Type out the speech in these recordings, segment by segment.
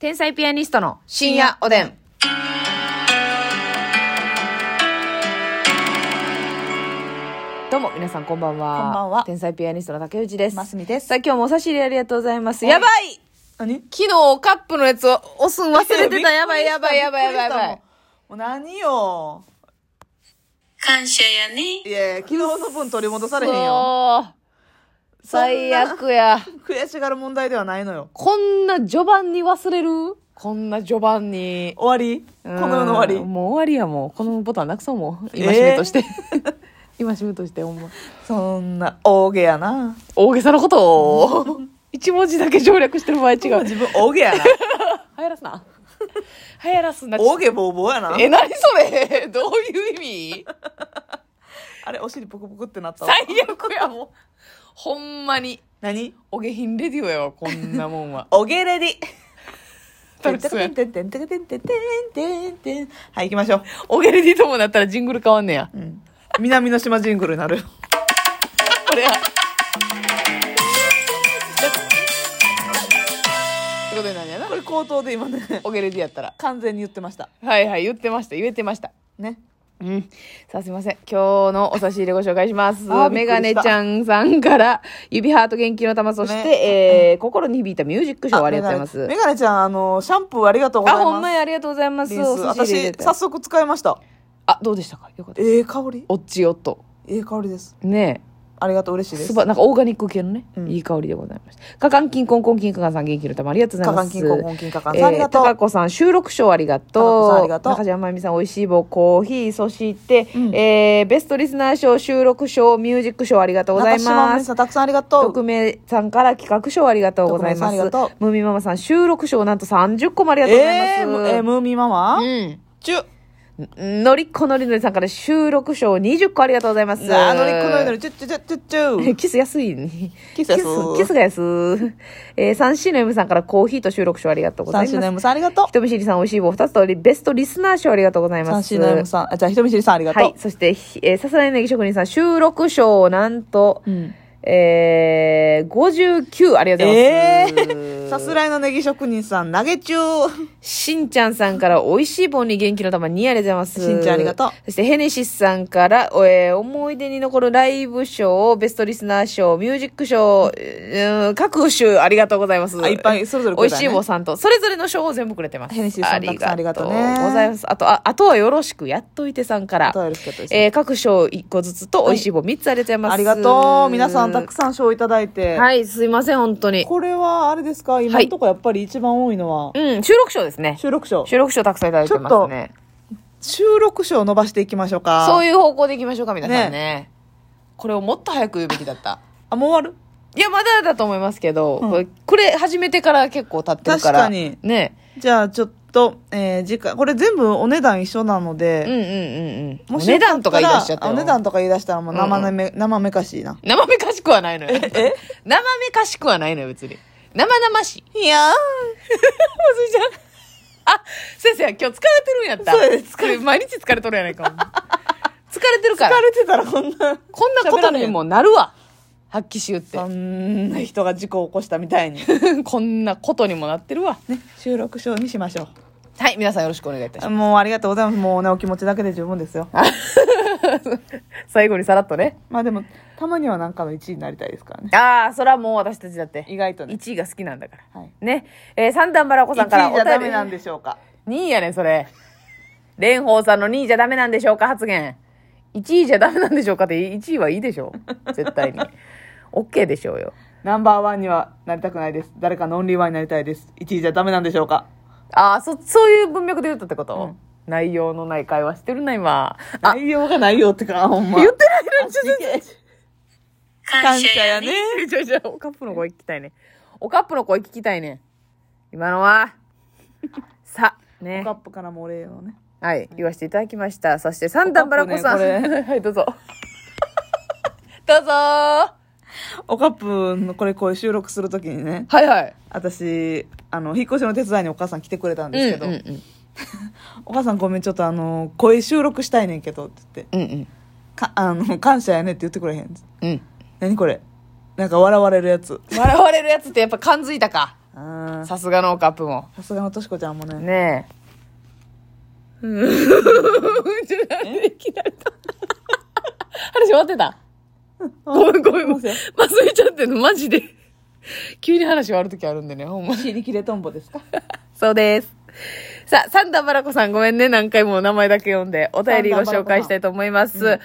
天才ピアニストの深夜おでん。どうも皆さんこんばんはこんばんは天才ピアニストの竹内ですますみですさあ今日もお差し入れありがとうございますはいやばい何昨日カップのやつを押すん忘れてたやばいやばいやばいやばいやばい。もう何よ。感謝やね。いやいや昨日の分取り戻されへんよ。そう最悪や悔しがる問題ではないのよ。こんな序盤に忘れるこんな序盤に終わりこの世の終わうりんもう終わりやもうこのボタンなくそうもうえー今しめとして、 今しめとしてほんまそんな、大げやな。大げさなことを一文字だけ省略してる場合違う流自分、大げやな。行らすな 流行らすな大げぼうぼうやな。え、なにそれどういう意味あれ、お尻ポクポクってなったわ最悪やもう。ほんまに。何。お下品レディオやわ、こんなもんはおげレディ。て多ん分てそうかてやんてんてんてかてんてんてんてんてん。はい、行きましょう。 お下レディともなったらジングル変わんねや。うん。南の島ジングルになる。これ や。ってことになんやなこ。れ口頭で今ね、お下レディやったら。完全に言ってました。はいはい、言ってました、言えてました。ね。うん。さあすいません。今日のお差し入れご紹介しますあー。びメっくりしたガネちゃんさんから、指ハート元気の玉、そして、えー、心に響いたミュージックショーありがとうございまメす。ガネちゃん、あの、シャンプーありがとうございあ、ます。ほんまにありがとうございます。リンおス差し入れいただ私いて早速使いましたあ、どうでしたかよかった。ええ香りおっちよっと。ええ香りですねありがとう嬉しいえ。ですすば、なんかオーガニック系のね、うんいい香りでございました。かかんきんこんこんきんかかんさん元気の玉ありがとうございます。かかんきんこんこんきんかかんさんえーありがとうたかこさん収録賞ありがとたかこさんあう。りがとう中島まゆみさんおいしい棒コーヒー、そして、うんえーベストリスナー賞、収録賞、ミュージック賞ありがとうござい中島ま美す。さんたくさんありがと特う命さんから企画賞ありがとうございま匿名さんありがすと。ムーミンママさん収録賞なんと30個もありがえとうございます。えむえームーミンママうん。ちゅのりっこのりのりさんから収録賞20個ありがとうございます。なあのりこのようにちゅちゅちゅちゅちゅキス安いね。キス安キいスキスが安い。えー、三 C の M さんからコーヒーと収録賞ありが とうござい三ます。種の M さんありがとう人見知りさんおいしい棒2つとベストリスナー賞ありがとうございま三す。種の M さんあじゃあ人見知りさんありがとう、はい。そして、ひえー、さすらいのぎ職人さん収録賞なんと、うんえー、59ありがとうござえいます。えさすらいのネギ職人さん投げ中しんちゃんさんから、おいしい棒に元気の玉にありがとうございます。しんちゃんありがとうそして、ヘネシスさんから、えー思い出に残るライブ賞、ベストリスナー賞、ミュージック賞、えー各種ありがとうございます。あいっぱいそれぞれくおれいたねしい棒さんと、それぞれの賞を全部くれてます。ヘネシスさんたくさんありがとうねありがとございます。あと、あ、あとはよろしく、やっといてさんからあとはよろしくやっといてさんえー各賞1個ずつと、おいしい棒3つありがとうござあいります。がとう皆さんたくさん賞いただいて、はい、すいません、本当に。これはあれですか今のとこやっぱり一番多いのは、うん、収録賞ですね。収録賞収録賞たくさんいただいてまちょすっとね。収録賞を伸ばしていきましょうかそういういう方向でいきましょうか、皆さんね。ねこれをもっと早く言うべきだった。あもう終わるいや、まだだと思いますけど、うんこれ、これ始めてから結構経ってるから。確かにね。じゃあちょっと、えー、次回、これ全部お値段一緒なのうんうんで、うんうん。おもし値段とか言い出しちゃったよよからあお値段とか言い出したらもう生め、生めかしいな。生めかしくはないのよ。生めかしくはないのよ、別に。生々しい。いやすいちゃん。あ、先生、今日疲れてるんやった。そうですこれ毎日疲れとるや ないかも。疲れてるかー、疲ら。れてたらこんな、こんなことにもなるわ。発揮しようってそ。んな人が事故を起こしたみた いに。こんなことにもなってるわ。ね、収録賞にしましょはい、皆さんよろしくお願いいたしますう。。もうありがとうございます。もうね、お気持ちだけで十分ですよ。 最後にさらっとね。まあでも、たまにはなんかの1位になりたいですからね。ああ、それはもう私たちだって。意外とね。 1位が好きなんだから。はい。ね。えー、三段バラ子1さんから位じゃダお便メり。なんでしょうか。 2位やねん、それ。蓮舫さんの2位じゃダメなんでしょうか発言。1位じゃダメなんでしょうかって、1位はいいでしょう。絶対に。OK でしょうよ。ナンバーワンにはなりたくないです。誰かのオンリーワンになりたいです。1位じゃダメなんでしょうか。ああ、そ、そういう文脈で言ったってこと、内容のない会話してるな、今。あ、内容がないよってか、ほんま。言ってないのに感感謝謝ややね。ね。ちょいちょいおカップの声聞きたいね。おカップの声聞きたいね。今のは、さ、ね。カップからもお礼をね。はい、言わせていただきました。そして、三段バラ子さん。おカップ はい、どうぞ。どうぞーはおカップのこれこう収録するときにね、いはい。私、あの、引っ越しの手伝いにお母さん来てくれたんですけど、うんうんお母さんごめん、ちょっとあの、声収録したいねんけど、って言って、うん。うんか、あの、感謝やねって言ってくれへん。うん。何これなんか笑われるやつ。笑われるやつってやっぱ感づいたか。うんさすがのカップも。さすがのとしこちゃんもね。ねえ。うん。いきなりと。話終わってた。ごめんごめん。まそうですすみちゃんってのマジで。急に話終わるときあるんでね、ほんま。切り切れとんぼですか そうです。さあ、サンダーバラコさんごめんね。何回も名前だけ読んで、お便りご紹介したいと思います。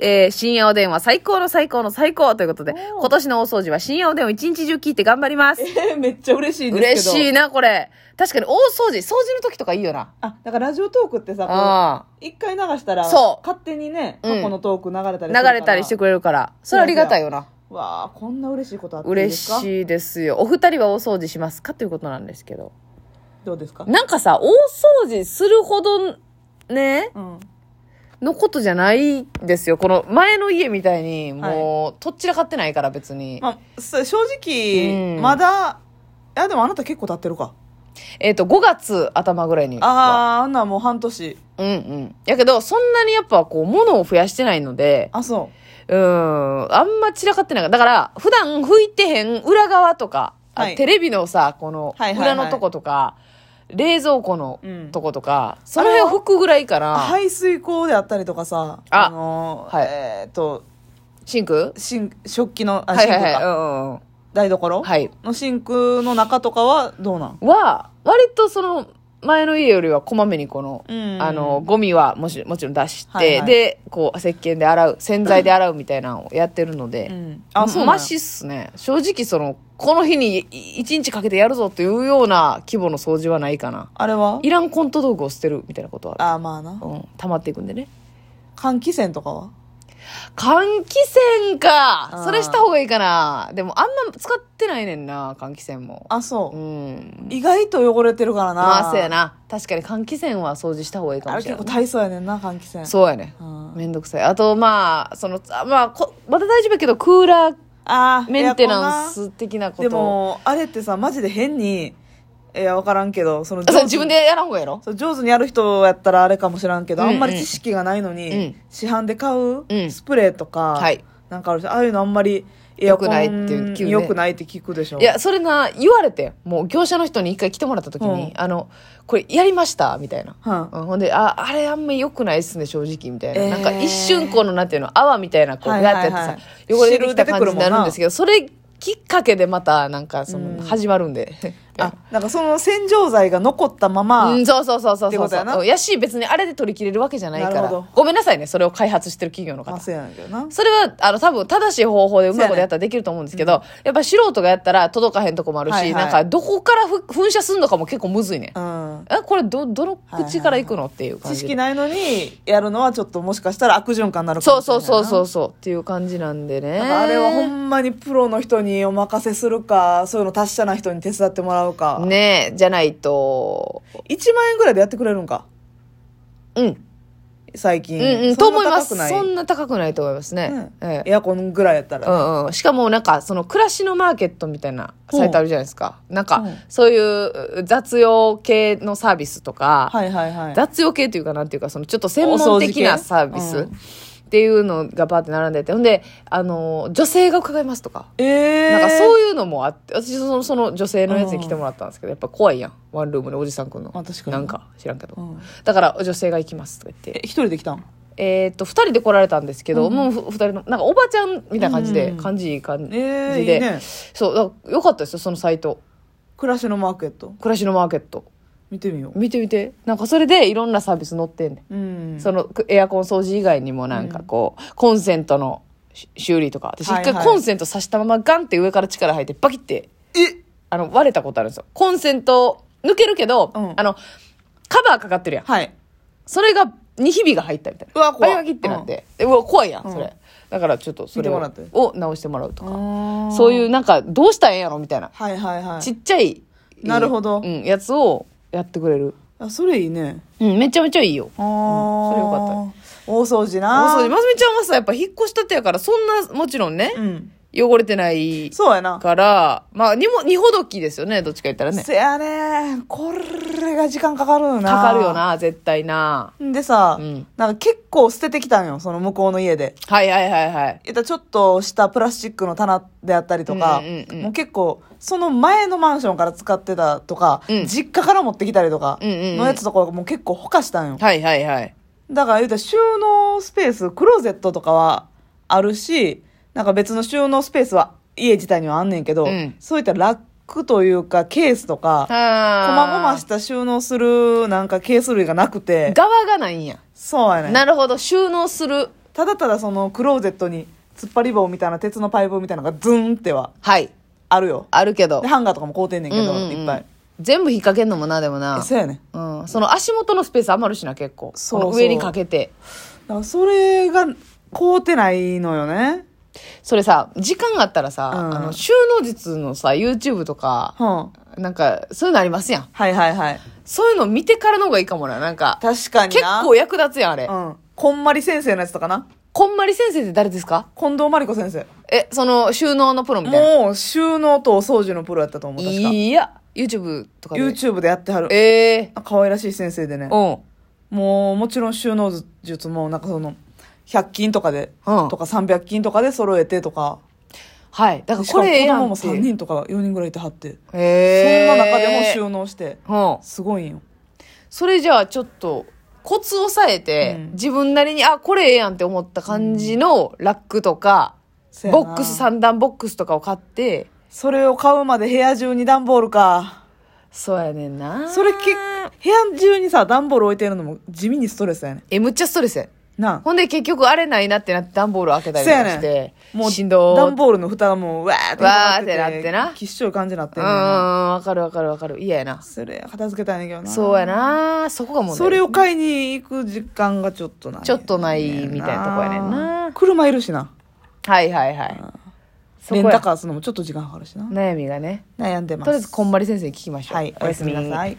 えー深夜おでんは最高の最高の最高ということで、おー今年の大掃除は深夜おでんを一日中聞いて頑張ります。えーめっちゃ嬉しいで嬉すけど。しいい。な、これ。確かに大掃除、掃除の時とかいいよな。あ、だからラジオトークってさ、こあう一回流したら、そう勝手にね、過うん去のトーク流れたあ。り流れたりしてくくれるから。それありがたいよな。る。わあ、こんな嬉しいことあっていいで嬉すかしいですよ。お二人は大掃除しますかということなんですけど。どうですかなんかさ、大掃除するほど、ね、うん。のことじゃないんですよ。この前の家みたいに、もう、とっちらかってないから別に。まあ、そう正直、うんまだ、いやでもあなた結構経ってるか。えっ、と、5月頭ぐらいに。ああ、あんなもう半年。うんうん。やけど、そんなにやっぱこう、物を増やしてないので、あ、そうう。ん、あんま散らかってないから。だから、普段拭いてへん裏側とか、あはいテレビのさ、このはいはいは裏いのとことか、冷蔵庫のうんとことか、その辺を拭くぐらいかな。排水口であったりとかさ、あのーはいえっ、と、シンクシン食器の、はあいシンはいクはい。うかんうんうん。台所、はい。のシンクの中とかはどうなんは、割とその、前の家よりはこまめにこの、うんあの、ゴミはもしもちろん出して、はいはいで、こう、石鹸で洗う、洗剤で洗うみたいなのをやってるので、ん。あ、あ、そそううマシっすね。正直その、この日にい一日かけてやるぞというような規模の掃除はないかな。あれはいらんコント道具を捨てるみたいなことはああ、まあなる。。うん。溜まっていくんでね。換気扇とかは換気扇かあーそれした方がいいかな。でもあんま使ってないねんな、換気扇も。あ、そうう、ん。意外と汚れてるからな。まあ、そうや。な。確かに換気扇は掃除した方がいいかあもれしれな結構い。体操やねんな、換気扇。う。そうやね。ん、めんどくさい。あと、まあ、その、あまあこ、まだ大丈夫やけど、クーラーあーメンテナン。エアコス的なこと。なで、も、あれってさ、マジで変に、えやわからんけど、そのあそれ自分でやらん方がやろそう上手にやる人やったらあれかもしらんけど、うんうんあんまり知識がないのに、うん市販で買うんうスプレーとか、はいなんかあるしああいうのあんまりエアコ良ンくないっていう急ね良くないって聞くでしょいや、それな、言われて、もう業者の人に一回来てもらった時に、うあの、これやりましたみたいな。はうん、ほんで、あ、あれあんま良くないっすね、正直、みたいな。えーなんか一瞬、この、なんていうの、泡みたいな、こう、はガいはーいっはていやってさ、汚れてきた感じになるんですけど、それきっかけでまた、なんか、そうの、ん始まるんで。あなんかその洗浄剤が残ったまま、 うん、そうそうそうそうってそうことそうやうなんやし別にあれで取り切れるわけじゃないかなるらほどごめんなさいねそれを開発してる企業のまあ方そうやねんけどなそれはあの多分正しい方法でうまいことやったらできると思うんですけどや,、っぱ素人がやったら届かへんとこもあるし、はいはいなんかどこからふ噴射すんのかも結構むずいね、うんえこれどどの口からいくのっていう感知じ識でないのにやるのはちょっともしかしたら悪循環になるかそうもしれそなういなそうそうそうっていう感じなんでねなんかあれはほんまにプロの人にお任せするかそういうの達者な人に手伝ってもらうか、ねえじゃないと1万円ぐらいでやってくれるんかうん最近、うんうんとそん思いなま高すくないそんな高くないと思いますね、ええエアコンぐらいやったら、うんうん、しかもなんかその暮らしのマーケットみたいなサイトあるじゃないですか、なんかうんそういう雑用系のサービスとか、はいはいはい雑用系というかなんていうかそのちょっと専門的おな掃除系サービうスんっていうのがバーって並んでてほんであの女性が伺いますとか。えー、なんかうそういうのもあって私そのその女性のやつに来てもらったんですけど、やっぱ怖いやんワンルームでおじさんくんのあ確かになんか知らんけど、うんだから女性が行きますとか言ってえ一人で来たんえーっと2人で来られたんですけど、もうふ2人のなんかおばちゃんみたいな感じで、うん感じいい感じで、えー、いいねそうだからよかったですよそのサイト暮らしのマーケット暮らしのマーケット見てみよう見てみてなんかそれでいろんなサービス載ってんね、うんん、そのくエアコン掃除以外にもなんかこう、コンセントのし修理とか私一は回いはいコンセントさしたままガンって上から力入ってバキってえあの割れたことあるんですよコンセント抜けるけど、うんあのカバーかかってるやんはいそれがにひびが入ったみたいなうわ怖いバキバキってなって、えうわ怖いやんそれ、うんだからちょっとそれ見てもらってをを直してもらうとかそそういうなんかどうしたらええんやろみたいなはいはいはいちっちゃい、なるほどうん、やつをやってくれる。あそれいいねうん、めちゃめちゃいいよ。あ、うんあ。それよかった大掃除な大掃除、まずみちゃんはさ、やっぱ引っ越したてやから、そんな、もちろんね、うん汚れてないそうやな。から、まあ、にも、にほどきですよね、どっちか言ったらね。せやねこれが時間かかるよな。かかるよ。な、絶対な。でさ、うんなんか結構捨ててきたんよ、その向こうの家で。はいはいはいはい。えっと、ちょっとしたプラスチックの棚であったりとか、うんうんうんうんもう結構、その前のマンションから使ってたとか、うん実家から持ってきたりとか、うんうんうんのやつとかもう結構ほかしたんよ。はいはいはい。だから言うたら収納スペース、クローゼットとかはあるし、なんか別の収納スペースは家自体にはあんねんけど、うんそういったラックというか、ケースとか、あこーまごました収納するなんかケース類がなくて、側がないんや。そうやねんなるほど、収納する。ただただそのクローゼットに突っ張り棒みたいな鉄のパイプみたいなのがズンってははい。あるよあるけどで。ハンガーとかも買うてんねんけど、うんうんうんいっぱい全部引っ掛けんのもな、でもえな。そうやねんうん。その足元のスペース余るしな、結構。そうこの上にかけて。だからそれが買うてないのよねそれさ、時間あったらさ、うんあの、収納術のさ、YouTube とか、うんはいなんか、そういうのありますやん。はいはいそういうの見てからの方がいいかもな、なんか。確かに結な構役立つやん、あれ。構うんこんまり先生のやつとかなこんまり先生って誰ですか近藤真理子先生え、その、収納のプロみたいな。もう収納とお掃除のプロやったと思う確かいや、YouTube とかで。 YouTube でやってはるええ可愛らしい先生でねうん。もうもちろん収納術もなんかその100均とかで、うんとか300均とかで揃えてとかはい。だからしかこもれええ子やん供もって3人とか4人ぐらいいてはって、えそんなえ中でも収納してうん。すごいんよそれじゃあちょっと、コツをさえて、うん自分なりに、あ、これええやんって思った感じのラックとか、せやなボックス三段ボックスとかを買って、それを買うまで部屋中に段ボールかそうやねんな。それ結部屋中にさ段ボール置いてるのも地味にストレスやねえ、むっちゃストレスやん。なほんで結局あれないなってなって段ボールを開けたりとかしそうやて、あもうしんど段ー。ボールの蓋がもううわーってわーってなってなきっしょい感じになってうんんうんうん、ねんなわかるわかるわかる。嫌やな。それ片付けたいねんけどなそうやな。そこが問題。それを買いに行く時間がちょっとないちょっとないみたいなとこやねんな車いるしなはいはいはい。そレこンやタカーするのもちょっと時間かかるしな悩みがね。悩んでますとりあえず、こんまり先生に聞きましょう。はいおやすみなさい